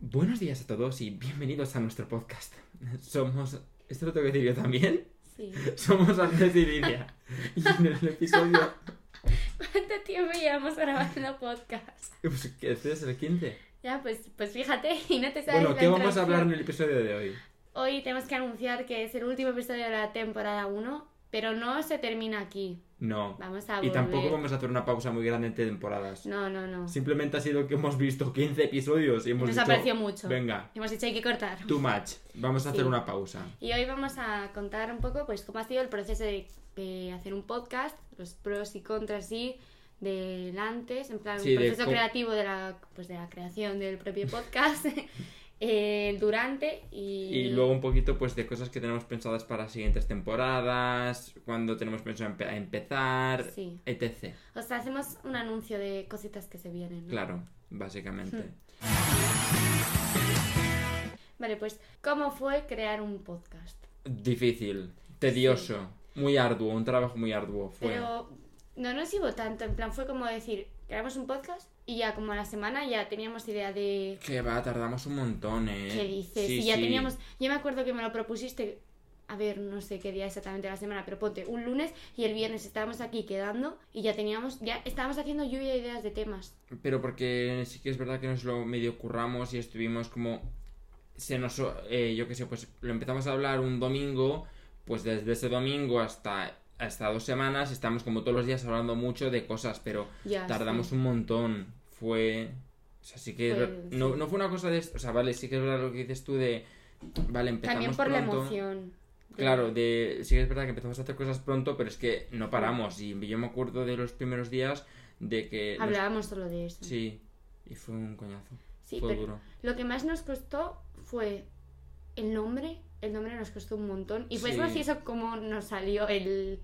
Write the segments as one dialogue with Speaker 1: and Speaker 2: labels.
Speaker 1: Buenos días a todos y bienvenidos a nuestro podcast. Somos. Esto lo tengo que decir yo también.
Speaker 2: Sí.
Speaker 1: Somos Andrés y Lidia. Y en el episodio.
Speaker 2: ¿Cuánto tiempo llevamos grabando podcast?
Speaker 1: Pues, ¿qué? este es el 15.
Speaker 2: Ya, pues, pues fíjate y no te sabes
Speaker 1: Bueno,
Speaker 2: la
Speaker 1: ¿qué vamos a
Speaker 2: introducción.
Speaker 1: hablar en el episodio de hoy?
Speaker 2: Hoy tenemos que anunciar que es el último episodio de la temporada 1, pero no se termina aquí.
Speaker 1: No.
Speaker 2: Vamos a
Speaker 1: Y
Speaker 2: volver.
Speaker 1: tampoco vamos a hacer una pausa muy grande entre temporadas.
Speaker 2: No, no, no.
Speaker 1: Simplemente ha sido que hemos visto 15 episodios y hemos
Speaker 2: Nos
Speaker 1: dicho,
Speaker 2: ha parecido mucho.
Speaker 1: Venga,
Speaker 2: Hemos dicho hay que cortar.
Speaker 1: too much. Vamos a hacer
Speaker 2: Sí.
Speaker 1: una pausa.
Speaker 2: Y hoy vamos a contar un poco pues cómo ha sido el proceso de, de hacer un podcast, los pros y contras y del antes, en plan
Speaker 1: Sí,
Speaker 2: el
Speaker 1: de
Speaker 2: proceso
Speaker 1: cómo-
Speaker 2: creativo de la, pues, de la creación del propio podcast, el durante y...
Speaker 1: Y luego un poquito pues de cosas que tenemos pensadas para las siguientes temporadas, cuando tenemos pensado empe- a empezar,
Speaker 2: Sí.
Speaker 1: etc.
Speaker 2: O sea, hacemos un anuncio de cositas que se vienen. ¿no?
Speaker 1: Claro, básicamente.
Speaker 2: Vale, pues ¿cómo fue crear un podcast?
Speaker 1: Difícil, tedioso, muy arduo, un trabajo muy arduo. Fue.
Speaker 2: Pero no nos llevó tanto, en plan fue como decir, creamos un podcast y ya como a la semana ya teníamos idea de
Speaker 1: Que va, tardamos un montón, ¿eh?
Speaker 2: ¿Qué dices?
Speaker 1: Sí,
Speaker 2: y ya
Speaker 1: sí.
Speaker 2: teníamos. Yo me acuerdo que me lo propusiste. A ver, no sé qué día exactamente de la semana, pero ponte un lunes y el viernes estábamos aquí quedando y ya teníamos. Ya estábamos haciendo lluvia de ideas de temas.
Speaker 1: Pero porque sí que es verdad que nos lo medio curramos y estuvimos como... Se nos... eh, yo qué sé, pues lo empezamos a hablar un domingo, pues desde ese domingo hasta, hasta dos semanas estamos como todos los días hablando mucho de cosas, pero
Speaker 2: Ya.
Speaker 1: tardamos
Speaker 2: Ah, sí.
Speaker 1: un montón. Fue... O sea, sí que... es
Speaker 2: Fue-
Speaker 1: ver- no,
Speaker 2: sí.
Speaker 1: no fue una cosa de... O sea, vale, sí que es verdad lo que dices tú de... Vale, empezamos
Speaker 2: También por la
Speaker 1: pronto.
Speaker 2: emoción.
Speaker 1: Claro, de, sí que es verdad que empezamos a hacer cosas pronto, pero es que no paramos. Y yo me acuerdo de los primeros días de que... nos-
Speaker 2: Hablábamos solo de eso.
Speaker 1: Sí, y fue un coñazo.
Speaker 2: Sí,
Speaker 1: fue
Speaker 2: pero
Speaker 1: duro.
Speaker 2: lo que más nos costó fue el nombre. El nombre nos costó un montón. Y pues
Speaker 1: Sí.
Speaker 2: gracioso cómo nos salió el,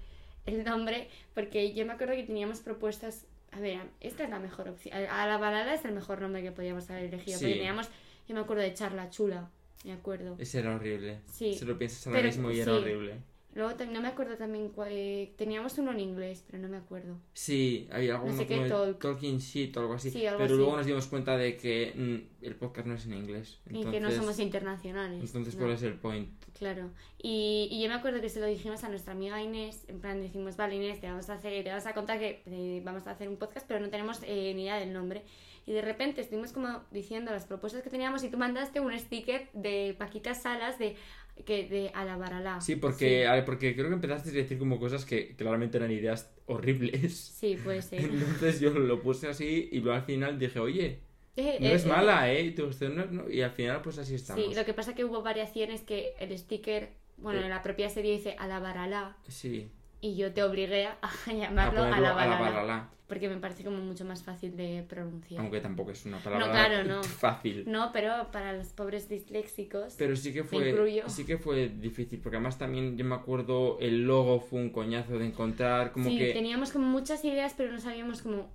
Speaker 2: el nombre, porque yo me acuerdo que teníamos propuestas. A ver, esta es la mejor opción. A la balada es el mejor nombre que podíamos haber elegido.
Speaker 1: Sí.
Speaker 2: Porque teníamos, yo me acuerdo de Charla Chula, me acuerdo.
Speaker 1: Ese era horrible.
Speaker 2: Sí.
Speaker 1: Si lo piensas ahora
Speaker 2: Pero-
Speaker 1: mismo y era
Speaker 2: sí.
Speaker 1: horrible.
Speaker 2: Luego tam- no me acuerdo también cuál. eh, teníamos uno en inglés, pero no me acuerdo.
Speaker 1: Sí, había algo
Speaker 2: No sé
Speaker 1: como
Speaker 2: qué,
Speaker 1: el
Speaker 2: talk.
Speaker 1: Talking Shit o algo así.
Speaker 2: Sí, algo
Speaker 1: pero
Speaker 2: así.
Speaker 1: luego nos dimos cuenta de que mm, el podcast no es en inglés.
Speaker 2: y
Speaker 1: Entonces,
Speaker 2: que no somos internacionales.
Speaker 1: Entonces,
Speaker 2: no.
Speaker 1: ¿cuál es el point?
Speaker 2: Claro, y, y yo me acuerdo que se lo dijimos a nuestra amiga Inés, en plan decimos, vale Inés, te vamos a hacer, te vas a contar que eh, vamos a hacer un podcast, pero no tenemos eh, ni idea del nombre. Y de repente estuvimos como diciendo las propuestas que teníamos y tú mandaste un sticker de Paquita Salas de que de Alabaralá.
Speaker 1: Sí, porque, a ver, porque creo que empezaste a decir como cosas que claramente eran ideas horribles.
Speaker 2: Sí, sí, puede ser.
Speaker 1: Entonces yo lo puse así y luego al final dije, oye,
Speaker 2: Eh,
Speaker 1: no
Speaker 2: eh,
Speaker 1: es
Speaker 2: eh,
Speaker 1: mala, ¿eh? Y, tú, "Usted no- no". y al final pues así estamos.
Speaker 2: Sí, lo que pasa que hubo variaciones que el sticker, bueno,
Speaker 1: Eh.
Speaker 2: en la propia serie dice Alabaralá
Speaker 1: Sí,
Speaker 2: y yo te obligué a
Speaker 1: a
Speaker 2: llamarlo
Speaker 1: ponerlo a la
Speaker 2: Alabaralá.
Speaker 1: balala,
Speaker 2: Porque me parece como mucho más fácil de pronunciar.
Speaker 1: aunque tampoco es una palabra
Speaker 2: claro, no.
Speaker 1: fácil.
Speaker 2: No, pero para los pobres disléxicos.
Speaker 1: Pero sí que fue
Speaker 2: incluyo.
Speaker 1: sí que fue difícil, porque además también yo me acuerdo el logo fue un coñazo de encontrar, como
Speaker 2: sí,
Speaker 1: que
Speaker 2: teníamos como muchas ideas, pero no sabíamos cómo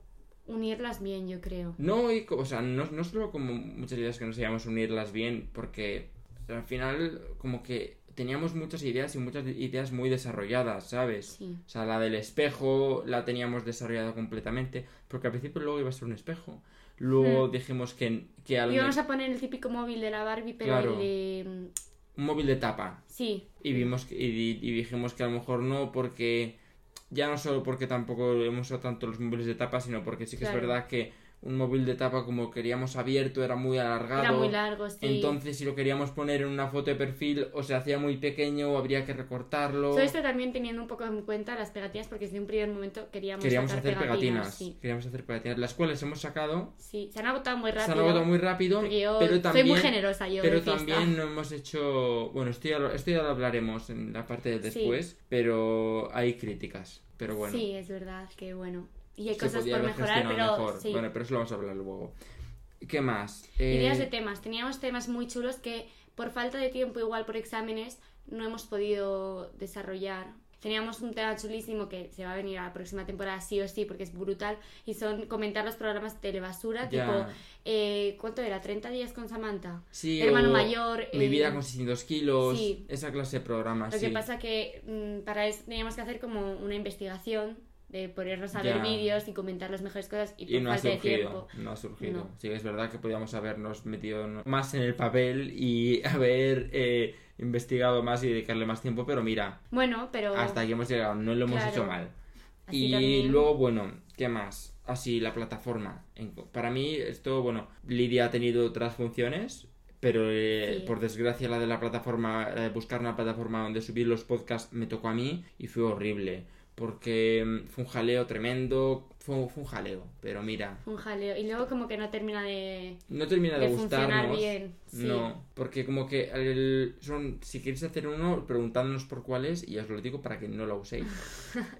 Speaker 2: unirlas bien, yo creo.
Speaker 1: no y co- o sea, no, no solo como muchas ideas que no sabíamos unirlas bien, porque al final como que teníamos muchas ideas y muchas ideas muy desarrolladas, ¿sabes?
Speaker 2: Sí.
Speaker 1: O sea, la del espejo la teníamos desarrollada completamente, porque al principio luego iba a ser un espejo. Luego
Speaker 2: Mm.
Speaker 1: dijimos que, que al-
Speaker 2: Íbamos a poner el típico móvil de la Barbie, pero
Speaker 1: Claro.
Speaker 2: el de... mm,
Speaker 1: un móvil de tapa,
Speaker 2: Sí,
Speaker 1: Y vimos que- y, di- y dijimos que a lo mejor no, porque ya no solo porque tampoco hemos usado tanto los móviles de tapa, sino porque sí que es
Speaker 2: Claro.
Speaker 1: verdad que un móvil de tapa como queríamos abierto era muy alargado.
Speaker 2: era muy largo, sí.
Speaker 1: Entonces, si lo queríamos poner en una foto de perfil, o se hacía muy pequeño, o habría que recortarlo.
Speaker 2: Todo esto también teniendo un poco en cuenta las pegatinas, porque desde un primer momento queríamos,
Speaker 1: Queríamos
Speaker 2: sacar
Speaker 1: hacer pegatinas.
Speaker 2: Sí.
Speaker 1: Queríamos hacer pegatinas. Las cuales hemos sacado.
Speaker 2: sí, se han agotado muy
Speaker 1: Se
Speaker 2: rápido.
Speaker 1: han agotado muy rápido.
Speaker 2: porque yo
Speaker 1: pero también,
Speaker 2: soy muy generosa yo
Speaker 1: Pero
Speaker 2: de fiesta.
Speaker 1: también no hemos hecho. Bueno, esto ya, lo, esto ya lo hablaremos en la parte de
Speaker 2: Sí.
Speaker 1: después, pero hay críticas. Pero bueno,
Speaker 2: Sí, es verdad, que bueno. Y hay
Speaker 1: se
Speaker 2: cosas
Speaker 1: podía
Speaker 2: por
Speaker 1: haber
Speaker 2: mejorar,
Speaker 1: gestionado
Speaker 2: pero
Speaker 1: mejor.
Speaker 2: sí.
Speaker 1: Bueno, pero eso lo vamos a hablar luego. ¿Qué más?
Speaker 2: Ideas
Speaker 1: Eh,
Speaker 2: de temas. Teníamos temas muy chulos que por falta de tiempo, igual por exámenes, no hemos podido desarrollar. Teníamos un tema chulísimo que se va a venir a la próxima temporada sí o sí porque es brutal y son comentar los programas telebasura
Speaker 1: ya.
Speaker 2: tipo eh, ¿cuánto era? ¿30 días con Samantha?
Speaker 1: Sí,
Speaker 2: Hermano
Speaker 1: o
Speaker 2: mayor.
Speaker 1: Mi
Speaker 2: eh,
Speaker 1: vida con 600 kilos.
Speaker 2: sí.
Speaker 1: Esa clase de programas.
Speaker 2: Lo
Speaker 1: sí.
Speaker 2: que pasa que mm, para eso teníamos que hacer como una investigación de ponernos a
Speaker 1: Ya.
Speaker 2: ver vídeos y comentar las mejores cosas y por
Speaker 1: Y no ha
Speaker 2: falta de
Speaker 1: surgido,
Speaker 2: tiempo.
Speaker 1: no ha surgido.
Speaker 2: No.
Speaker 1: Sí, es verdad que podíamos habernos metido en- más en el papel y haber eh, investigado más y dedicarle más tiempo, pero mira,
Speaker 2: Bueno, pero
Speaker 1: hasta aquí hemos llegado, no lo hemos
Speaker 2: Claro.
Speaker 1: hecho mal.
Speaker 2: así
Speaker 1: Y
Speaker 2: también-
Speaker 1: luego, bueno, ¿qué más? Así, la plataforma. En- Para mí, esto, bueno, Lidia ha tenido otras funciones, pero eh,
Speaker 2: Sí.
Speaker 1: por desgracia la de la plataforma, la de buscar una plataforma donde subir los podcasts me tocó a mí y fue horrible, porque mm, fue un jaleo tremendo, fue, fue un jaleo, pero mira,
Speaker 2: un jaleo y luego como que no termina de,
Speaker 1: no termina de,
Speaker 2: de funcionar
Speaker 1: gustarnos.
Speaker 2: bien. Sí.
Speaker 1: No, porque como que el- son, si queréis hacer uno, preguntándonos por cuál es y os lo digo para que no lo uséis.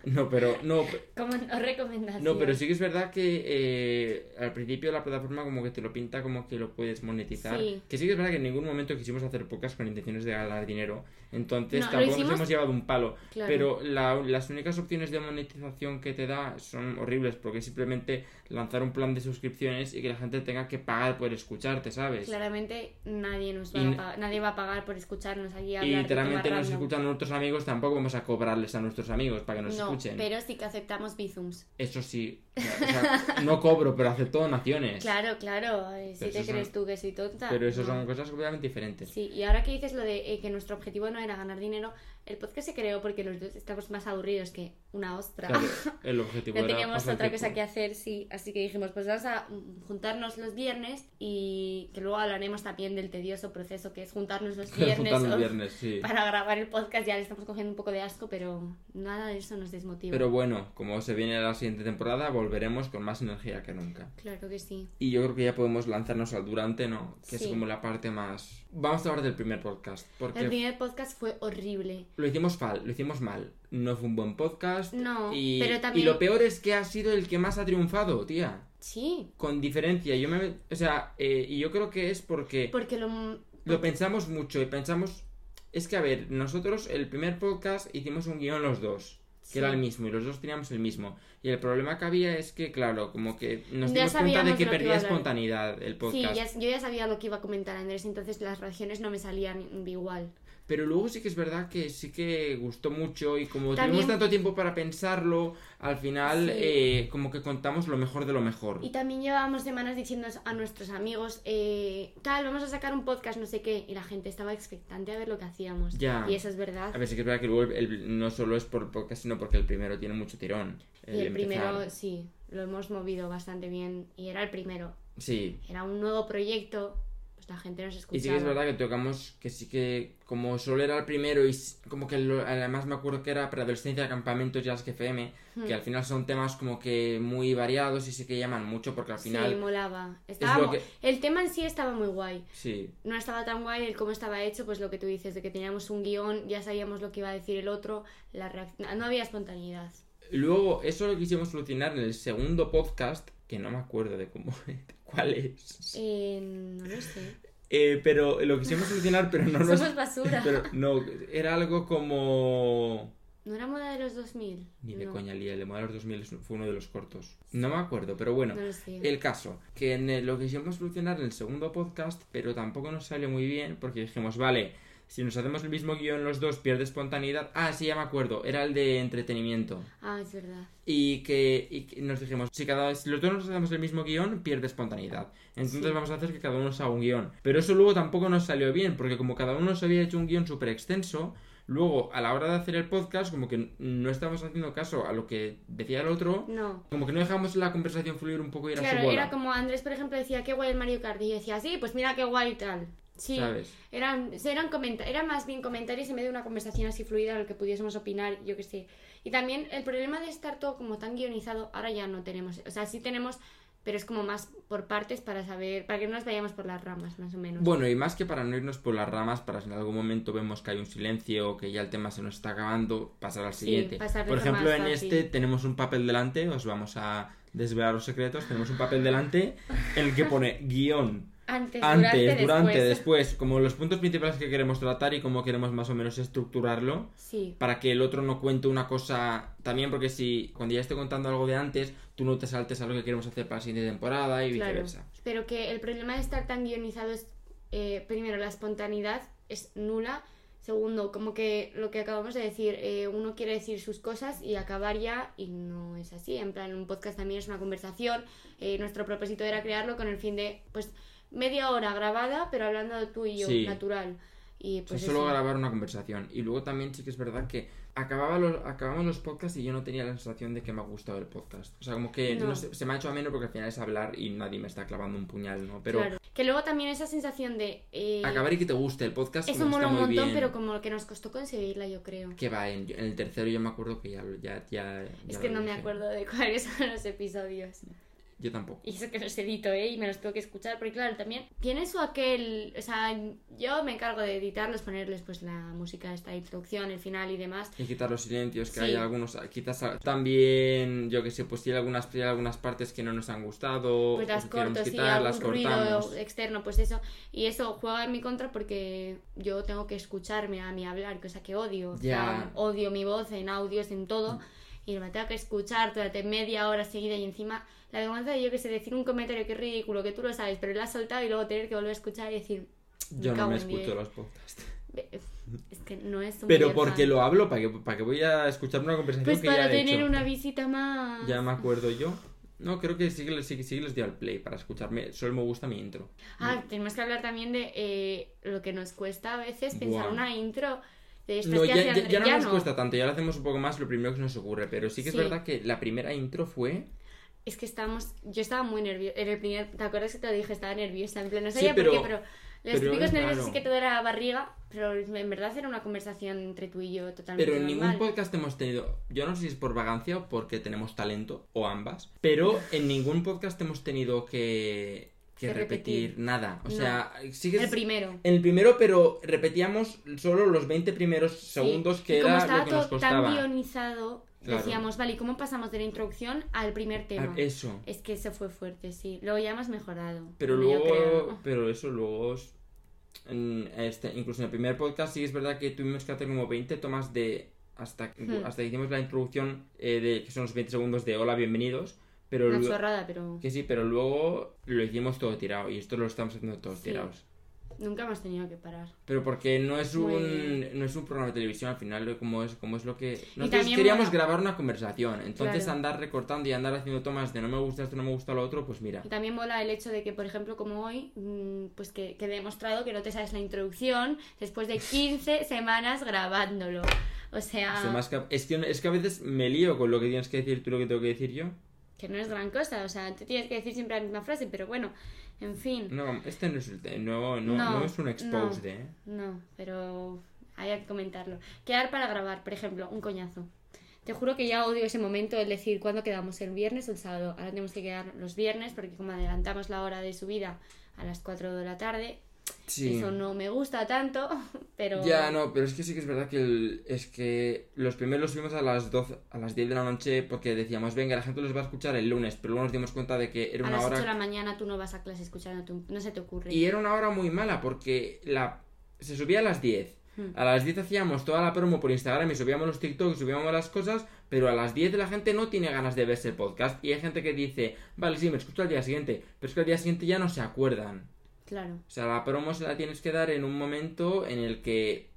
Speaker 1: No, pero no,
Speaker 2: Como no recomendación.
Speaker 1: no, pero sí que es verdad que eh, al principio la plataforma como que te lo pinta como que lo puedes monetizar.
Speaker 2: Sí.
Speaker 1: Que sí que es verdad que en ningún momento quisimos hacer podcast con intenciones de ganar dinero. Entonces
Speaker 2: No, lo
Speaker 1: tampoco nos
Speaker 2: hicimos-
Speaker 1: hemos llevado un palo.
Speaker 2: Claro.
Speaker 1: Pero la- las únicas opciones de monetización que te da son horribles porque es simplemente lanzar un plan de suscripciones y que la gente tenga que pagar por escucharte, ¿sabes?
Speaker 2: Claramente nadie nos va
Speaker 1: Y-
Speaker 2: a pagar, nadie va a pagar por escucharnos aquí hablar
Speaker 1: Y
Speaker 2: de
Speaker 1: literalmente
Speaker 2: temas
Speaker 1: nos
Speaker 2: random.
Speaker 1: escuchan nuestros amigos, tampoco vamos a cobrarles a nuestros amigos para que nos
Speaker 2: no,
Speaker 1: escuchen.
Speaker 2: pero sí que aceptamos bizums.
Speaker 1: Eso sí, o sea, no cobro, pero acepto donaciones.
Speaker 2: Claro, claro. eh, Si
Speaker 1: Pero
Speaker 2: te
Speaker 1: eso
Speaker 2: crees
Speaker 1: son-
Speaker 2: tú que soy tonta.
Speaker 1: Pero eso
Speaker 2: no.
Speaker 1: son cosas completamente diferentes.
Speaker 2: Sí, y ahora que dices lo de eh, que nuestro objetivo no era ganar dinero, el podcast se creó porque los dos estamos más aburridos que una ostra.
Speaker 1: Claro, el objetivo
Speaker 2: No
Speaker 1: era
Speaker 2: teníamos
Speaker 1: pasar
Speaker 2: otra
Speaker 1: tiempo.
Speaker 2: cosa que hacer, sí. Así que dijimos, pues vamos a mm, juntarnos los viernes y que luego hablaremos también del tedioso proceso que es juntarnos los
Speaker 1: Juntar
Speaker 2: viernes,
Speaker 1: los
Speaker 2: o-
Speaker 1: viernes, sí.
Speaker 2: para grabar el podcast. Ya le estamos cogiendo un poco de asco, pero nada de eso nos desmotiva.
Speaker 1: Pero bueno, como se viene la siguiente temporada, volveremos con más energía que nunca.
Speaker 2: Claro que sí.
Speaker 1: Y yo creo que ya podemos lanzarnos al durante, ¿no? Que es
Speaker 2: Sí.
Speaker 1: como la parte más... Vamos a hablar del primer podcast,
Speaker 2: El
Speaker 1: porque
Speaker 2: primer podcast fue horrible.
Speaker 1: lo hicimos, fal, lo hicimos mal. No fue un buen podcast.
Speaker 2: No,
Speaker 1: y,
Speaker 2: pero
Speaker 1: y
Speaker 2: también-
Speaker 1: lo peor es que ha sido el que más ha triunfado, tía.
Speaker 2: Sí,
Speaker 1: Con diferencia, yo me... O sea, eh, y yo creo que es porque...
Speaker 2: porque lo...
Speaker 1: Lo pensamos mucho y pensamos. Es que, a ver, nosotros el primer podcast hicimos un guión los dos, que
Speaker 2: Sí.
Speaker 1: era el mismo, y los dos teníamos el mismo. Y el problema que había es que, claro, como que nos dimos
Speaker 2: Ya
Speaker 1: cuenta de
Speaker 2: sabíamos
Speaker 1: que
Speaker 2: lo que
Speaker 1: perdía
Speaker 2: iba a hablar.
Speaker 1: espontaneidad el
Speaker 2: Sí,
Speaker 1: podcast.
Speaker 2: ya- yo ya sabía lo que iba a comentar Andrés, entonces las reacciones no me salían igual.
Speaker 1: Pero luego sí que es verdad que sí que gustó mucho y como
Speaker 2: También-
Speaker 1: tuvimos tanto tiempo para pensarlo, al final
Speaker 2: Sí.
Speaker 1: eh, como que contamos lo mejor de lo mejor.
Speaker 2: Y también llevábamos semanas diciendo a nuestros amigos, eh, tal, vamos a sacar un podcast, no sé qué, y la gente estaba expectante a ver lo que hacíamos.
Speaker 1: Ya.
Speaker 2: Y eso es verdad.
Speaker 1: A ver, sí que es verdad que luego el- el- no solo es por el podcast, sino porque el primero tiene mucho tirón.
Speaker 2: y el primero,
Speaker 1: empezar.
Speaker 2: sí, lo hemos movido bastante bien. Y era el primero.
Speaker 1: Sí,
Speaker 2: Era un nuevo proyecto, pues la gente nos escuchaba.
Speaker 1: Y sí que es verdad que tocamos, que sí que, como solo era el primero y s- como que lo- además me acuerdo que era preadolescencia, campamentos, jazz que FM,
Speaker 2: Hmm.
Speaker 1: que al final son temas como que muy variados y sí que llaman mucho porque al
Speaker 2: Hmm. Sí,
Speaker 1: final...
Speaker 2: molaba. Estaba
Speaker 1: lo
Speaker 2: mu-
Speaker 1: que-
Speaker 2: El tema en sí estaba muy guay.
Speaker 1: Sí,
Speaker 2: No estaba tan guay el cómo estaba hecho, pues lo que tú dices, de que teníamos un guión, ya sabíamos lo que iba a decir el otro, la reac- no había espontaneidad.
Speaker 1: Luego, eso lo quisimos solucionar en el segundo podcast, que no me acuerdo de cómo, de cuál es.
Speaker 2: Eh, no lo sé.
Speaker 1: Eh, pero lo quisimos solucionar, pero no nos...
Speaker 2: Somos basura.
Speaker 1: Pero no, era algo como...
Speaker 2: ¿No era moda de los 2000?
Speaker 1: Ni de
Speaker 2: no,
Speaker 1: coña, Lía, el de Modelo 2000 es- fue uno de los cortos. No me acuerdo, pero bueno.
Speaker 2: No lo sé.
Speaker 1: El caso, que en el- lo quisimos solucionar en el segundo podcast, pero tampoco nos salió muy bien porque dijimos, vale, si nos hacemos el mismo guión los dos, pierde espontaneidad. Ah, sí, ya me acuerdo, era el de entretenimiento.
Speaker 2: Ah, es verdad.
Speaker 1: Y que, y que nos dijimos, si cada vez si los dos nos hacemos el mismo guión, pierde espontaneidad. Entonces
Speaker 2: Sí.
Speaker 1: vamos a hacer que cada uno se haga un guión. Pero eso luego tampoco nos salió bien, porque como cada uno se había hecho un guión súper extenso, luego a la hora de hacer el podcast, como que no estábamos haciendo caso a lo que decía el otro.
Speaker 2: No.
Speaker 1: Como que no dejamos la conversación fluir un poco y era su
Speaker 2: Claro,
Speaker 1: bola.
Speaker 2: era como Andrés, por ejemplo, decía, qué guay el Mario Kart. Y yo decía, sí, pues mira qué guay y tal. Sí.
Speaker 1: ¿Sabes?
Speaker 2: Eran, eran, comenta- eran más bien comentarios en medio de una conversación así fluida en la que pudiésemos opinar, yo qué sé. Y también el problema de estar todo como tan guionizado, ahora ya no tenemos. O sea, sí tenemos, pero es como más por partes para saber, para que no nos vayamos por las ramas, más o menos.
Speaker 1: Bueno, y más que para no irnos por las ramas, para si en algún momento vemos que hay un silencio o que ya el tema se nos está acabando, pasar al
Speaker 2: Sí,
Speaker 1: siguiente.
Speaker 2: pasar de
Speaker 1: por
Speaker 2: lo
Speaker 1: ejemplo,
Speaker 2: más
Speaker 1: en
Speaker 2: fácil.
Speaker 1: este tenemos un papel delante, os vamos a desvelar los secretos, tenemos un papel delante en el que pone guión.
Speaker 2: antes,
Speaker 1: Antes, durante,
Speaker 2: después.
Speaker 1: después, como los puntos principales que queremos tratar y cómo queremos más o menos estructurarlo,
Speaker 2: Sí,
Speaker 1: para que el otro no cuente una cosa también, porque si cuando ya esté contando algo de antes, tú no te saltes a lo que queremos hacer para la siguiente temporada y
Speaker 2: claro.
Speaker 1: viceversa.
Speaker 2: Pero que el problema de estar tan guionizado es, eh, primero, la espontaneidad es nula. Segundo, como que lo que acabamos de decir, eh, uno quiere decir sus cosas y acabar ya y no es así. En plan, un podcast también es una conversación. Eh, nuestro propósito era crearlo con el fin de, pues, media hora grabada, pero hablando tú y yo,
Speaker 1: Sí.
Speaker 2: natural. Y
Speaker 1: O sea,
Speaker 2: pues
Speaker 1: solo
Speaker 2: eso.
Speaker 1: grabar una conversación. Y luego también sí que es verdad que acababa los, acabamos los podcasts y yo no tenía la sensación de que me ha gustado el podcast. O sea, como que
Speaker 2: No.
Speaker 1: no sé, se me ha hecho ameno porque al final es hablar y nadie me está clavando un puñal, ¿no? Pero
Speaker 2: Claro. Que luego también esa sensación de... eh,
Speaker 1: acabar y que te guste el podcast
Speaker 2: eso
Speaker 1: como que
Speaker 2: mola
Speaker 1: está
Speaker 2: un
Speaker 1: muy
Speaker 2: montón,
Speaker 1: bien.
Speaker 2: pero como que nos costó conseguirla, yo creo.
Speaker 1: Que va, en, en el tercero yo me acuerdo que ya... lo- ya, ya-
Speaker 2: Es
Speaker 1: ya
Speaker 2: que
Speaker 1: lo
Speaker 2: no me
Speaker 1: dije.
Speaker 2: acuerdo de cuáles son los episodios.
Speaker 1: Yo tampoco.
Speaker 2: Y eso que los edito, ¿eh? Y me los tengo que escuchar, porque claro, también tiene su aquel... O sea, yo me encargo de editarlos, ponerles pues la música, esta introducción, el final y demás.
Speaker 1: Y quitar los silencios, que
Speaker 2: Sí.
Speaker 1: hay algunos... Quitas a- también, yo que sé, pues sí, hay algunas, hay algunas partes que no nos han gustado.
Speaker 2: Pues
Speaker 1: o
Speaker 2: las
Speaker 1: Oh, que queremos
Speaker 2: corto, sí,
Speaker 1: quitar,
Speaker 2: algún
Speaker 1: las cortamos.
Speaker 2: ruido externo, pues eso. Y eso juega en mi contra porque yo tengo que escucharme a mí hablar, cosa que odio. O sea,
Speaker 1: Ya. Mm.
Speaker 2: odio mi voz en audios, en todo. Y me tengo que escuchar durante media hora seguida y encima la vergüenza de yo que sé, decir un comentario que es ridículo, que tú lo sabes, pero lo has soltado y luego tener que volver a escuchar y decir,
Speaker 1: Yo
Speaker 2: Me
Speaker 1: no
Speaker 2: cago
Speaker 1: me
Speaker 2: en
Speaker 1: escucho
Speaker 2: diez.
Speaker 1: los podcasts.
Speaker 2: "Ve, es que no es un
Speaker 1: Pero
Speaker 2: buen
Speaker 1: porque
Speaker 2: fan".
Speaker 1: lo hablo, ¿para que, para que voy a escuchar una conversación
Speaker 2: Pues
Speaker 1: que ya
Speaker 2: para
Speaker 1: he
Speaker 2: tener
Speaker 1: hecho?
Speaker 2: una visita más.
Speaker 1: Ya me acuerdo yo. No, creo que sí, que le- sí, que- sí que les dio al play para escucharme. Solo me gusta mi intro.
Speaker 2: Ah, tenemos que hablar también de eh, lo que nos cuesta a veces pensar
Speaker 1: Buah.
Speaker 2: una intro de estas
Speaker 1: No,
Speaker 2: que
Speaker 1: ya,
Speaker 2: hace
Speaker 1: ya-
Speaker 2: André-
Speaker 1: ya no
Speaker 2: ya
Speaker 1: nos cuesta tanto, ya lo hacemos un poco más lo primero que se nos ocurre. Pero sí que
Speaker 2: Sí.
Speaker 1: es verdad que la primera intro fue.
Speaker 2: Es que estábamos, yo estaba muy nerviosa. En el primer, ¿te acuerdas que te lo dije? Estaba nerviosa, en plan, no
Speaker 1: Sí,
Speaker 2: sabía
Speaker 1: pero-
Speaker 2: por qué, pero
Speaker 1: pero
Speaker 2: los típicos
Speaker 1: es
Speaker 2: nervios
Speaker 1: raro.
Speaker 2: sí que todo era barriga, pero en verdad era una conversación entre tú y yo totalmente
Speaker 1: Pero en ningún
Speaker 2: normal.
Speaker 1: podcast hemos tenido. Yo no sé si es por vagancia o porque tenemos talento, o ambas. Pero en ningún podcast hemos tenido que. Que
Speaker 2: Que repetir.
Speaker 1: repetir. nada. O
Speaker 2: No.
Speaker 1: sea, sí que
Speaker 2: El
Speaker 1: es-
Speaker 2: primero.
Speaker 1: En el primero, pero repetíamos solo los 20 primeros segundos
Speaker 2: Sí.
Speaker 1: que
Speaker 2: Y como
Speaker 1: era
Speaker 2: estaba
Speaker 1: lo que nos
Speaker 2: todo tan
Speaker 1: costaba.
Speaker 2: guionizado,
Speaker 1: Claro.
Speaker 2: decíamos, vale, ¿y cómo pasamos de la introducción al primer tema?
Speaker 1: Ah, Eso.
Speaker 2: Es que eso fue fuerte, sí. Luego ya hemos mejorado.
Speaker 1: Pero
Speaker 2: yo
Speaker 1: luego,
Speaker 2: creo.
Speaker 1: pero eso luego, es- en este, incluso en el primer podcast sí es verdad que tuvimos que hacer como 20 tomas de, hasta,
Speaker 2: Hmm.
Speaker 1: hasta que hicimos la introducción eh, de, que son los 20 segundos de hola, bienvenidos, pero
Speaker 2: Una
Speaker 1: lu-
Speaker 2: chorrada, pero
Speaker 1: que sí, pero luego lo hicimos todo tirado y esto lo estamos haciendo todos
Speaker 2: Sí.
Speaker 1: tirados.
Speaker 2: nunca hemos tenido que parar.
Speaker 1: Pero porque no es
Speaker 2: Muy
Speaker 1: un no es un programa de televisión al final como es como es lo que nosotros
Speaker 2: también
Speaker 1: queríamos
Speaker 2: mola-
Speaker 1: grabar una conversación, entonces
Speaker 2: Claro.
Speaker 1: andar recortando y andar haciendo tomas de no me gusta esto, no me gusta lo otro, pues mira.
Speaker 2: Y también mola el hecho de que, por ejemplo, como hoy, mm, pues que, que he demostrado que no te sabes la introducción después de 15 semanas grabándolo. O sea,
Speaker 1: Se me ha esca- es, que, es que a veces me lío con lo que tienes que decir tú y lo que tengo que decir yo.
Speaker 2: que no es gran cosa. O sea, tú tienes que decir siempre la misma frase, pero bueno, en fin.
Speaker 1: No, este no es, el te- no, no,
Speaker 2: No,
Speaker 1: no es un exposed,
Speaker 2: no.
Speaker 1: ¿eh?
Speaker 2: No, pero había que comentarlo. Quedar para grabar, por ejemplo, un coñazo. Te juro que ya odio ese momento, el decir cuándo quedamos, el viernes o el sábado. Ahora tenemos que quedar los viernes porque como adelantamos la hora de subida a las 4 de la tarde,
Speaker 1: Sí.
Speaker 2: eso no me gusta tanto, pero...
Speaker 1: Ya, no, pero es que sí que es verdad que el- es que los primeros los subimos a las 12, a las 10 de la noche porque decíamos, venga, la gente los va a escuchar el lunes, pero luego nos dimos cuenta de que era
Speaker 2: A
Speaker 1: una
Speaker 2: las 8 de
Speaker 1: hora...
Speaker 2: la mañana tú no vas a clase escuchando, tú- no se te ocurre.
Speaker 1: Y era una hora muy mala porque la se subía a las 10.
Speaker 2: Hmm.
Speaker 1: A las 10 hacíamos toda la promo por Instagram y subíamos los TikToks, subíamos las cosas, pero a las 10 la gente no tiene ganas de verse el podcast y hay gente que dice, vale, sí, me escucho al día siguiente, pero es que al día siguiente ya no se acuerdan.
Speaker 2: Claro.
Speaker 1: O sea, la promo se la tienes que dar en un momento en el que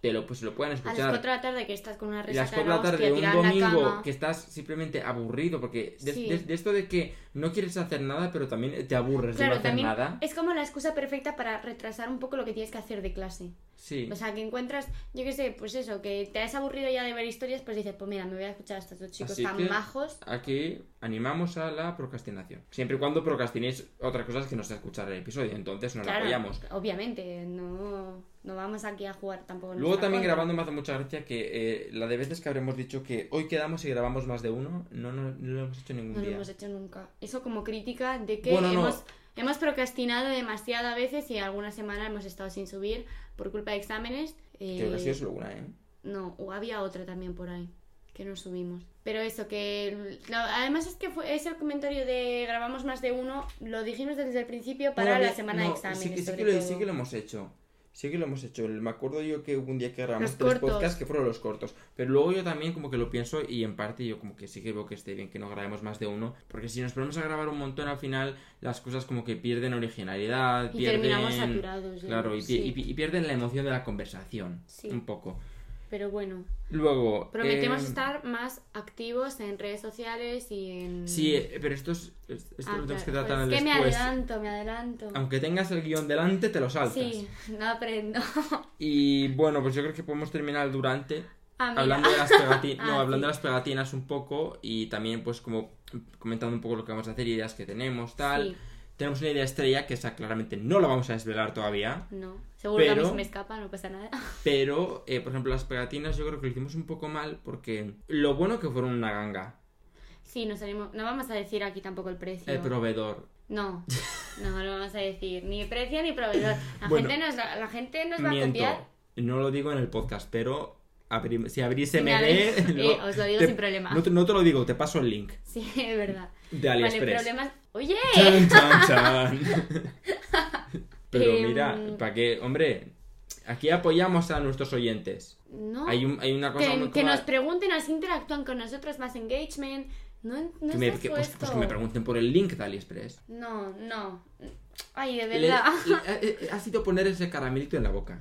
Speaker 1: te lo, pues, lo puedan
Speaker 2: A las 4
Speaker 1: escuchar.
Speaker 2: de la tarde que estás con una
Speaker 1: Y las 4 de
Speaker 2: resaca de la
Speaker 1: la tarde,
Speaker 2: hostia,
Speaker 1: un
Speaker 2: tirada en la
Speaker 1: domingo,
Speaker 2: cama.
Speaker 1: que estás simplemente aburrido, porque de,
Speaker 2: Sí.
Speaker 1: de- de esto de que no quieres hacer nada, pero también te aburres de no
Speaker 2: Claro,
Speaker 1: hacer
Speaker 2: también
Speaker 1: nada.
Speaker 2: es como la excusa perfecta para retrasar un poco lo que tienes que hacer de clase.
Speaker 1: Sí.
Speaker 2: O sea, que encuentras, yo qué sé, pues eso, que te has aburrido ya de ver historias, pues dices, pues mira, me voy a escuchar a estos dos chicos
Speaker 1: Así
Speaker 2: tan
Speaker 1: que-
Speaker 2: majos.
Speaker 1: Aquí animamos a la procrastinación. Siempre y cuando procrastinéis otras cosas que no sea escuchar el episodio, entonces nos la
Speaker 2: claro,
Speaker 1: apoyamos.
Speaker 2: obviamente, no, no vamos aquí a jugar tampoco. en
Speaker 1: Luego
Speaker 2: nuestra
Speaker 1: también
Speaker 2: contra.
Speaker 1: grabando me hace mucha gracia que eh, la de veces que habremos dicho que hoy quedamos y grabamos más de uno, no, no, no lo hemos hecho ningún
Speaker 2: No lo
Speaker 1: día.
Speaker 2: hemos hecho nunca. Eso como crítica de que
Speaker 1: Bueno, no.
Speaker 2: hemos, hemos procrastinado demasiado a veces y alguna semana hemos estado sin subir por culpa de exámenes. eh,
Speaker 1: Creo que ha sido solo una, ¿eh?
Speaker 2: No, o había otra también por ahí que no subimos. Pero eso, que lo- además es que fue ese comentario de grabamos más de uno, lo dijimos desde el principio para
Speaker 1: Bueno,
Speaker 2: la
Speaker 1: bien,
Speaker 2: semana
Speaker 1: no,
Speaker 2: de exámenes.
Speaker 1: Sí que, sí,
Speaker 2: sobre
Speaker 1: que lo,
Speaker 2: todo.
Speaker 1: sí que lo hemos hecho. Sí que lo hemos hecho. Me acuerdo yo que hubo un día que grabamos
Speaker 2: Los
Speaker 1: tres
Speaker 2: cortos.
Speaker 1: podcasts que fueron los cortos. Pero luego yo también como que lo pienso y en parte yo como que sí que veo que esté bien que no grabemos más de uno. Porque si nos ponemos a grabar un montón al final las cosas como que pierden originalidad,
Speaker 2: Y
Speaker 1: pierden...
Speaker 2: terminamos saturados. ya,
Speaker 1: Claro, y, pi-
Speaker 2: sí.
Speaker 1: y pi- y pierden la emoción de la conversación.
Speaker 2: Sí.
Speaker 1: Un poco.
Speaker 2: Pero bueno,
Speaker 1: Luego...
Speaker 2: prometemos
Speaker 1: eh,
Speaker 2: estar más activos en redes sociales y en...
Speaker 1: Sí, eh, pero esto, es, es- esto
Speaker 2: Ah,
Speaker 1: lo tenemos
Speaker 2: claro,
Speaker 1: que
Speaker 2: joder,
Speaker 1: tratar
Speaker 2: es que me
Speaker 1: después.
Speaker 2: adelanto, me adelanto.
Speaker 1: Aunque tengas el guión delante, te lo saltas.
Speaker 2: Sí, no aprendo.
Speaker 1: Y bueno, pues yo creo que podemos terminar el durante
Speaker 2: Ah, mira.
Speaker 1: hablando de las pegatinas,
Speaker 2: Ah,
Speaker 1: no, hablando
Speaker 2: sí.
Speaker 1: de las pegatinas un poco y también pues como comentando un poco lo que vamos a hacer, ideas que tenemos, tal.
Speaker 2: Sí,
Speaker 1: Tenemos una idea estrella que esa claramente no la vamos a desvelar todavía,
Speaker 2: no. Seguro que a mí
Speaker 1: Pero-
Speaker 2: se me escapa, no pasa nada.
Speaker 1: pero eh, por ejemplo las pegatinas yo creo que lo hicimos un poco mal porque lo bueno que fueron una ganga,
Speaker 2: Sí, no salimos... No vamos a decir aquí tampoco el precio.
Speaker 1: el proveedor.
Speaker 2: No, no lo vamos a decir. Ni precio ni proveedor. La,
Speaker 1: Bueno,
Speaker 2: gente, nos, la, la gente nos va a
Speaker 1: Miento,
Speaker 2: copiar.
Speaker 1: no lo digo en el podcast, pero abri- si abrís
Speaker 2: Sin abrir-
Speaker 1: MD,
Speaker 2: eh, os lo digo
Speaker 1: te-
Speaker 2: sin problema.
Speaker 1: No te, no te lo digo, te paso el link
Speaker 2: Sí, es verdad.
Speaker 1: de
Speaker 2: Vale,
Speaker 1: AliExpress.
Speaker 2: problemas... ¡Oye!
Speaker 1: Chan, chan, chan. Pero
Speaker 2: Em,
Speaker 1: mira, para que, hombre, aquí apoyamos a nuestros oyentes.
Speaker 2: No.
Speaker 1: Hay, un- hay una cosa muy
Speaker 2: Ah, que, que
Speaker 1: como-
Speaker 2: nos pregunten, así interactúan con nosotros, más engagement. No, no
Speaker 1: que me,
Speaker 2: estás
Speaker 1: que- pues,
Speaker 2: puesto.
Speaker 1: pues que me pregunten por el link de AliExpress.
Speaker 2: No, no. Ay, de
Speaker 1: Le-
Speaker 2: verdad.
Speaker 1: le- eh, eh, ha sido poner ese caramelito en la boca.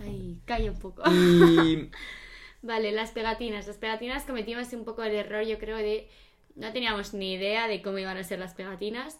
Speaker 2: Ay, calla un poco.
Speaker 1: Y
Speaker 2: Vale, las pegatinas. Las pegatinas cometimos un poco el error, yo creo, de... No teníamos ni idea de cómo iban a ser las pegatinas.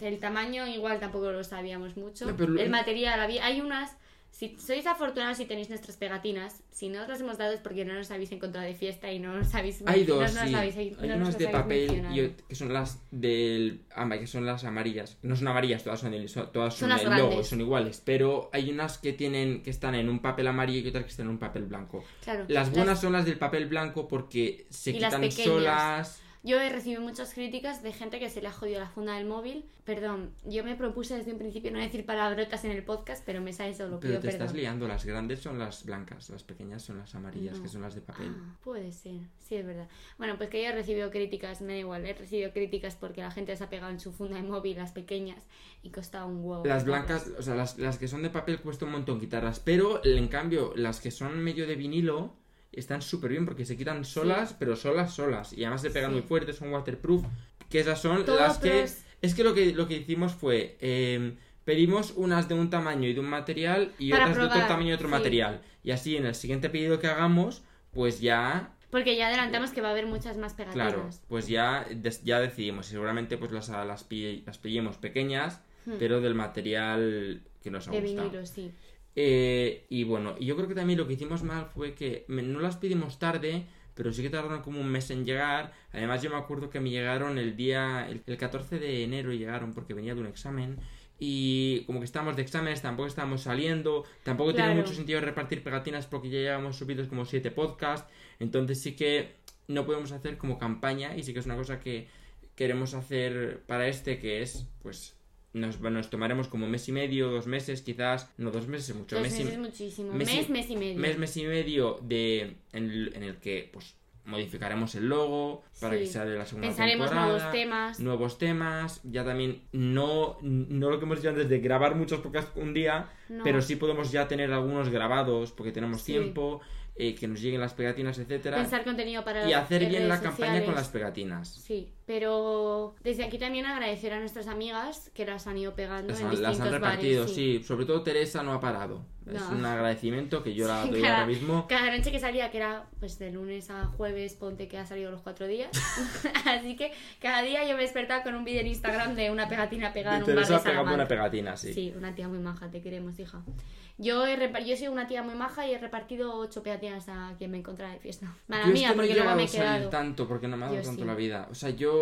Speaker 2: El tamaño igual tampoco lo sabíamos mucho.
Speaker 1: No, pero lo-
Speaker 2: El material, había... hay unas... Si sois afortunados y tenéis nuestras pegatinas, si no os las hemos dado es porque no nos habéis encontrado de fiesta y no nos habéis...
Speaker 1: hay
Speaker 2: no
Speaker 1: dos,
Speaker 2: nos
Speaker 1: sí.
Speaker 2: habéis-
Speaker 1: Hay
Speaker 2: no nos
Speaker 1: unas
Speaker 2: las
Speaker 1: de
Speaker 2: habéis
Speaker 1: papel
Speaker 2: mencionado.
Speaker 1: y ot- que son las del ama- que son las amarillas. No son amarillas, todas son, del- son- todas son,
Speaker 2: Son las
Speaker 1: del logo,
Speaker 2: grandes.
Speaker 1: son iguales. Pero hay unas que tienen que están en un papel amarillo y otras que están en un papel blanco.
Speaker 2: Claro.
Speaker 1: Las buenas son las del papel blanco porque se
Speaker 2: Y las
Speaker 1: quitan
Speaker 2: pequeñas.
Speaker 1: solas.
Speaker 2: Yo he recibido muchas críticas de gente que se le ha jodido la funda del móvil. Perdón, yo me propuse desde un principio no decir palabrotas en el podcast, pero me sale solo.
Speaker 1: Pero
Speaker 2: pido
Speaker 1: te estás
Speaker 2: perdón.
Speaker 1: liando, las grandes son las blancas, las pequeñas son las amarillas,
Speaker 2: No.
Speaker 1: que son las de papel.
Speaker 2: Ah, puede ser, sí es verdad. Bueno, pues que yo he recibido críticas, me da igual, he recibido críticas porque la gente se ha pegado en su funda de móvil, las pequeñas, y costaba un huevo.
Speaker 1: Las blancas, o sea, las, las que son de papel cuesta un montón quitarlas, pero en cambio las que son medio de vinilo están súper bien porque se quitan solas, pero solas, solas. Y además se pegan
Speaker 2: Sí.
Speaker 1: muy fuerte, son waterproof, que esas son
Speaker 2: Todo
Speaker 1: las que...
Speaker 2: pros.
Speaker 1: Es que lo que, lo que hicimos fue... eh, Pedimos unas de un tamaño y de un material y
Speaker 2: Para
Speaker 1: otras de
Speaker 2: probar,
Speaker 1: otro tamaño y otro
Speaker 2: sí.
Speaker 1: material. Y así en el siguiente pedido que hagamos, pues ya
Speaker 2: Porque ya adelantamos que va a haber muchas más pegatinas.
Speaker 1: Claro, pues ya, des- ya decidimos y seguramente pues las, a- las, pi- las pillemos pequeñas,
Speaker 2: Hmm.
Speaker 1: pero del material que nos ha
Speaker 2: de
Speaker 1: gustado.
Speaker 2: vinilo, sí.
Speaker 1: Eh, y bueno, y yo creo que también lo que hicimos mal fue que me- no las pedimos tarde, pero sí que tardaron como un mes en llegar. Además yo me acuerdo que me llegaron el día, el, el 14 de enero llegaron porque venía de un examen. Y como que estábamos de exámenes, tampoco estábamos saliendo, tampoco
Speaker 2: Claro.
Speaker 1: tiene mucho sentido repartir pegatinas porque ya llevamos subidos como siete podcasts. Entonces sí que no podemos hacer como campaña y sí que es una cosa que queremos hacer para este que es pues nos, nos tomaremos como mes y medio, dos meses quizás, no dos meses, mucho
Speaker 2: Dos
Speaker 1: mes, y-
Speaker 2: meses muchísimo.
Speaker 1: mes y-
Speaker 2: mes, mes y medio.
Speaker 1: mes, mes y medio de en, el- en el que pues modificaremos el logo para
Speaker 2: Sí.
Speaker 1: que sea de la segunda
Speaker 2: Pensaremos
Speaker 1: temporada.
Speaker 2: nuevos temas.
Speaker 1: Nuevos temas, ya también no, no lo que hemos hecho antes de grabar muchos podcasts un día,
Speaker 2: No.
Speaker 1: pero sí podemos ya tener algunos grabados porque tenemos
Speaker 2: Sí.
Speaker 1: tiempo, eh, que nos lleguen las pegatinas, etcétera.
Speaker 2: Pensar contenido para
Speaker 1: Y
Speaker 2: las
Speaker 1: hacer bien
Speaker 2: redes
Speaker 1: la campaña con
Speaker 2: sociales.
Speaker 1: las pegatinas.
Speaker 2: Sí, pero desde aquí también agradecer a nuestras amigas que las han ido pegando
Speaker 1: Las
Speaker 2: en
Speaker 1: han, las
Speaker 2: distintos
Speaker 1: han repartido,
Speaker 2: bares.
Speaker 1: sí. Sobre todo Teresa no ha parado. Es
Speaker 2: No.
Speaker 1: un agradecimiento que yo la
Speaker 2: Sí,
Speaker 1: doy
Speaker 2: cada-
Speaker 1: ahora mismo.
Speaker 2: Cada noche que salía, que era pues de lunes a jueves, ponte que ha salido los cuatro días. Así que cada día yo me despertaba con un vídeo en Instagram de una pegatina pegada en un bar de
Speaker 1: Teresa pega
Speaker 2: Salamanca.
Speaker 1: una pegatina, sí.
Speaker 2: Sí, una tía muy maja, te queremos, hija. Yo, he repa- yo soy una tía muy maja y he repartido ocho pegatinas a quien me encontraba de fiesta. Mala
Speaker 1: Yo es
Speaker 2: mía,
Speaker 1: que no he
Speaker 2: porque luego
Speaker 1: llegado
Speaker 2: me he
Speaker 1: a salir
Speaker 2: quedado.
Speaker 1: tanto, porque no me ha dado
Speaker 2: Yo
Speaker 1: tanto
Speaker 2: sí.
Speaker 1: la vida. O sea, yo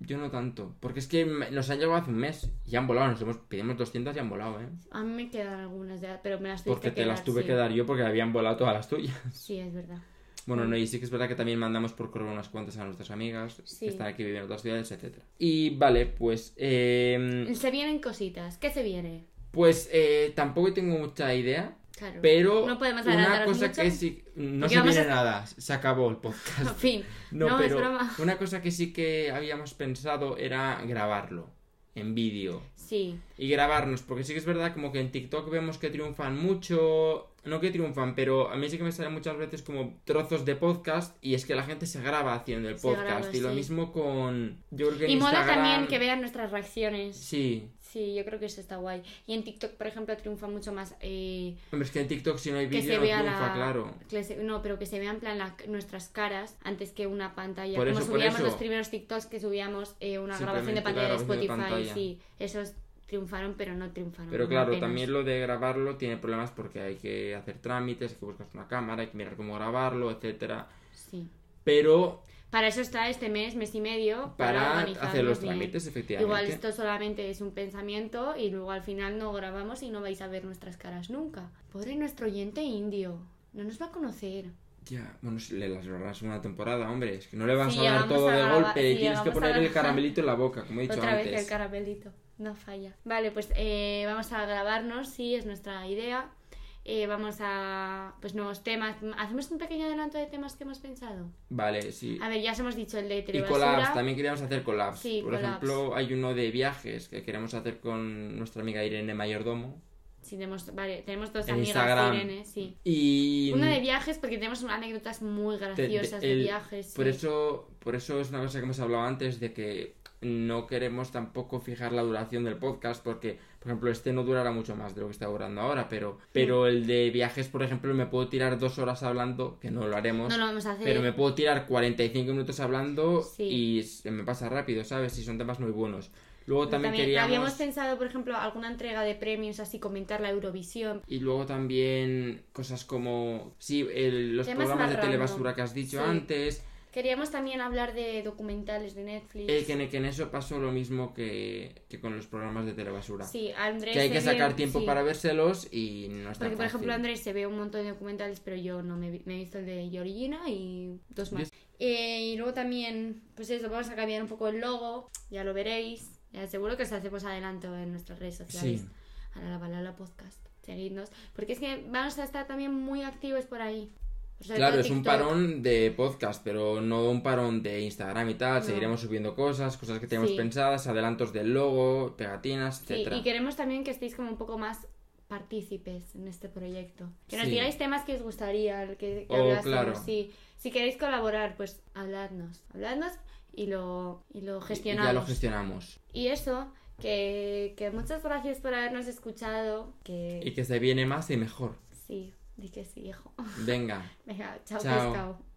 Speaker 1: yo no tanto. Porque es que me- nos han llegado hace un mes y han volado. Nos hemos, pedimos 200 y han volado, ¿eh?
Speaker 2: A mí me quedan algunas, de- pero me las tuve
Speaker 1: Porque
Speaker 2: que
Speaker 1: te las
Speaker 2: quedar,
Speaker 1: tuve
Speaker 2: sí.
Speaker 1: que dar yo porque habían volado todas las tuyas.
Speaker 2: Sí, es verdad.
Speaker 1: Bueno, no, y sí que es verdad que también mandamos por correo unas cuantas a nuestras amigas
Speaker 2: Sí.
Speaker 1: que están aquí viviendo en otras ciudades, etcétera. Y vale, pues eh,
Speaker 2: Se vienen cositas. ¿Qué se viene?
Speaker 1: pues eh, tampoco tengo mucha idea,
Speaker 2: Claro.
Speaker 1: pero
Speaker 2: No podemos
Speaker 1: una
Speaker 2: adelantaros
Speaker 1: cosa
Speaker 2: mucho.
Speaker 1: que sí no
Speaker 2: Porque
Speaker 1: se
Speaker 2: vamos
Speaker 1: viene
Speaker 2: a-
Speaker 1: nada, se acabó el
Speaker 2: En
Speaker 1: podcast.
Speaker 2: fin,
Speaker 1: No,
Speaker 2: no, es
Speaker 1: pero
Speaker 2: broma.
Speaker 1: una cosa que sí que habíamos pensado era grabarlo. en vídeo
Speaker 2: Sí,
Speaker 1: y grabarnos, porque sí que es verdad como que en TikTok vemos que triunfan mucho, no que triunfan, pero a mí sí que me salen muchas veces como trozos de podcast y es que la gente se graba haciendo el
Speaker 2: Se graba,
Speaker 1: podcast y lo
Speaker 2: sí.
Speaker 1: mismo con yo creo que en
Speaker 2: y mola
Speaker 1: Instagram-
Speaker 2: también que vean nuestras reacciones.
Speaker 1: Sí,
Speaker 2: Sí, yo creo que eso está guay. Y en TikTok, por ejemplo, triunfa mucho más eh,
Speaker 1: hombre, es que en TikTok si no hay
Speaker 2: que
Speaker 1: vídeo
Speaker 2: se
Speaker 1: no
Speaker 2: vea
Speaker 1: triunfa,
Speaker 2: la...
Speaker 1: claro.
Speaker 2: que se- No, pero que se vean en plan la- nuestras caras antes que una pantalla.
Speaker 1: Por
Speaker 2: Como
Speaker 1: eso, por
Speaker 2: subíamos
Speaker 1: eso.
Speaker 2: los primeros TikToks que subíamos eh, una grabación
Speaker 1: Simplemente
Speaker 2: de
Speaker 1: la
Speaker 2: pantalla de
Speaker 1: grabación de
Speaker 2: Spotify.
Speaker 1: pantalla.
Speaker 2: Sí, esos triunfaron, pero no triunfaron.
Speaker 1: Pero claro,
Speaker 2: apenas.
Speaker 1: también lo de grabarlo tiene problemas porque hay que hacer trámites, hay que buscar una cámara, hay que mirar cómo grabarlo, etcétera.
Speaker 2: Sí.
Speaker 1: Pero
Speaker 2: Para eso está este mes, mes y medio.
Speaker 1: para
Speaker 2: organizarnos
Speaker 1: hacer los
Speaker 2: bien.
Speaker 1: trámites, efectivamente.
Speaker 2: Igual esto solamente es un pensamiento y luego al final no grabamos y no vais a ver nuestras caras nunca. Pobre nuestro oyente indio, no nos va a conocer.
Speaker 1: Ya, bueno, si le las grabarás una temporada, hombre. Es que no le vas
Speaker 2: Si
Speaker 1: a dar
Speaker 2: llegamos
Speaker 1: todo
Speaker 2: a
Speaker 1: de
Speaker 2: grabar-
Speaker 1: golpe. y
Speaker 2: si
Speaker 1: tienes que
Speaker 2: llegamos a
Speaker 1: poner el
Speaker 2: grabar-
Speaker 1: caramelito en la boca, como he dicho
Speaker 2: Otra
Speaker 1: antes.
Speaker 2: vez el caramelito, no falla. Vale, pues eh, vamos a grabarnos, sí, es nuestra idea. Eh, vamos a, pues nuevos temas. Hacemos un pequeño adelanto de temas que hemos pensado.
Speaker 1: Vale, sí.
Speaker 2: A ver, ya os hemos dicho el de
Speaker 1: Y
Speaker 2: Telebasura.
Speaker 1: collabs, también queríamos hacer collabs.
Speaker 2: Sí,
Speaker 1: Por
Speaker 2: collabs.
Speaker 1: ejemplo, hay uno de viajes que queremos hacer con nuestra amiga Irene Mayordomo.
Speaker 2: Sí, tenemos, vale, tenemos dos
Speaker 1: En
Speaker 2: amigas,
Speaker 1: Instagram.
Speaker 2: Irene, sí.
Speaker 1: Y.
Speaker 2: Una de viajes porque tenemos anécdotas muy
Speaker 1: te- te-
Speaker 2: graciosas de,
Speaker 1: el-
Speaker 2: viajes. sí.
Speaker 1: Por eso, por eso es una cosa que hemos hablado antes de que no queremos tampoco fijar la duración del podcast porque, por ejemplo, este no durará mucho más de lo que está durando ahora, pero, pero el de viajes, por ejemplo, me puedo tirar dos horas hablando, que no lo haremos.
Speaker 2: No lo vamos a hacer.
Speaker 1: Pero me puedo tirar 45 minutos hablando
Speaker 2: Sí.
Speaker 1: y se me pasa rápido, ¿sabes? Y son temas muy buenos. Luego también,
Speaker 2: Habíamos
Speaker 1: queríamos...
Speaker 2: pensado, por ejemplo, alguna entrega de premios, así comentar la Eurovisión.
Speaker 1: Y luego también cosas como... Sí, el- los
Speaker 2: Temas
Speaker 1: programas
Speaker 2: más
Speaker 1: de
Speaker 2: random.
Speaker 1: telebasura que has dicho
Speaker 2: Sí.
Speaker 1: antes.
Speaker 2: Queríamos también hablar de documentales de Netflix.
Speaker 1: Eh, que, en, que en eso pasó lo mismo que, que con los programas de telebasura.
Speaker 2: Sí, Andrés.
Speaker 1: que hay
Speaker 2: se
Speaker 1: que
Speaker 2: ve-
Speaker 1: sacar tiempo
Speaker 2: sí.
Speaker 1: para Ah, vérselos y no está
Speaker 2: Porque, por ejemplo, Andrés se ve un montón de documentales, pero yo no me, vi- me he visto el de Georgina y dos más. Eh, y luego también, pues eso, vamos a cambiar un poco el logo, ya lo veréis. Ya seguro que os hacemos adelanto en nuestras redes sociales.
Speaker 1: Sí.
Speaker 2: A la balala podcast, seguidnos. Porque es que vamos a estar también muy activos por ahí. Sobre
Speaker 1: Claro,
Speaker 2: todo
Speaker 1: es un
Speaker 2: TikTok.
Speaker 1: parón de podcast, pero no un parón de Instagram y tal.
Speaker 2: No.
Speaker 1: Seguiremos subiendo cosas, cosas que tenemos
Speaker 2: Sí.
Speaker 1: pensadas, adelantos del logo, pegatinas,
Speaker 2: Sí,
Speaker 1: etcétera.
Speaker 2: y queremos también que estéis como un poco más partícipes en este proyecto. Que nos
Speaker 1: Sí.
Speaker 2: digáis temas que os gustaría, que, que
Speaker 1: Oh,
Speaker 2: hablásemos,
Speaker 1: claro.
Speaker 2: sí. Si queréis colaborar, pues habladnos, habladnos y lo, y lo
Speaker 1: Y
Speaker 2: gestionamos.
Speaker 1: ya lo gestionamos.
Speaker 2: Y eso, que, que muchas gracias por habernos escuchado, que
Speaker 1: Y que se viene más y mejor.
Speaker 2: sí, di que sí, hijo.
Speaker 1: Venga.
Speaker 2: Venga, chao,
Speaker 1: Chao.
Speaker 2: pescado.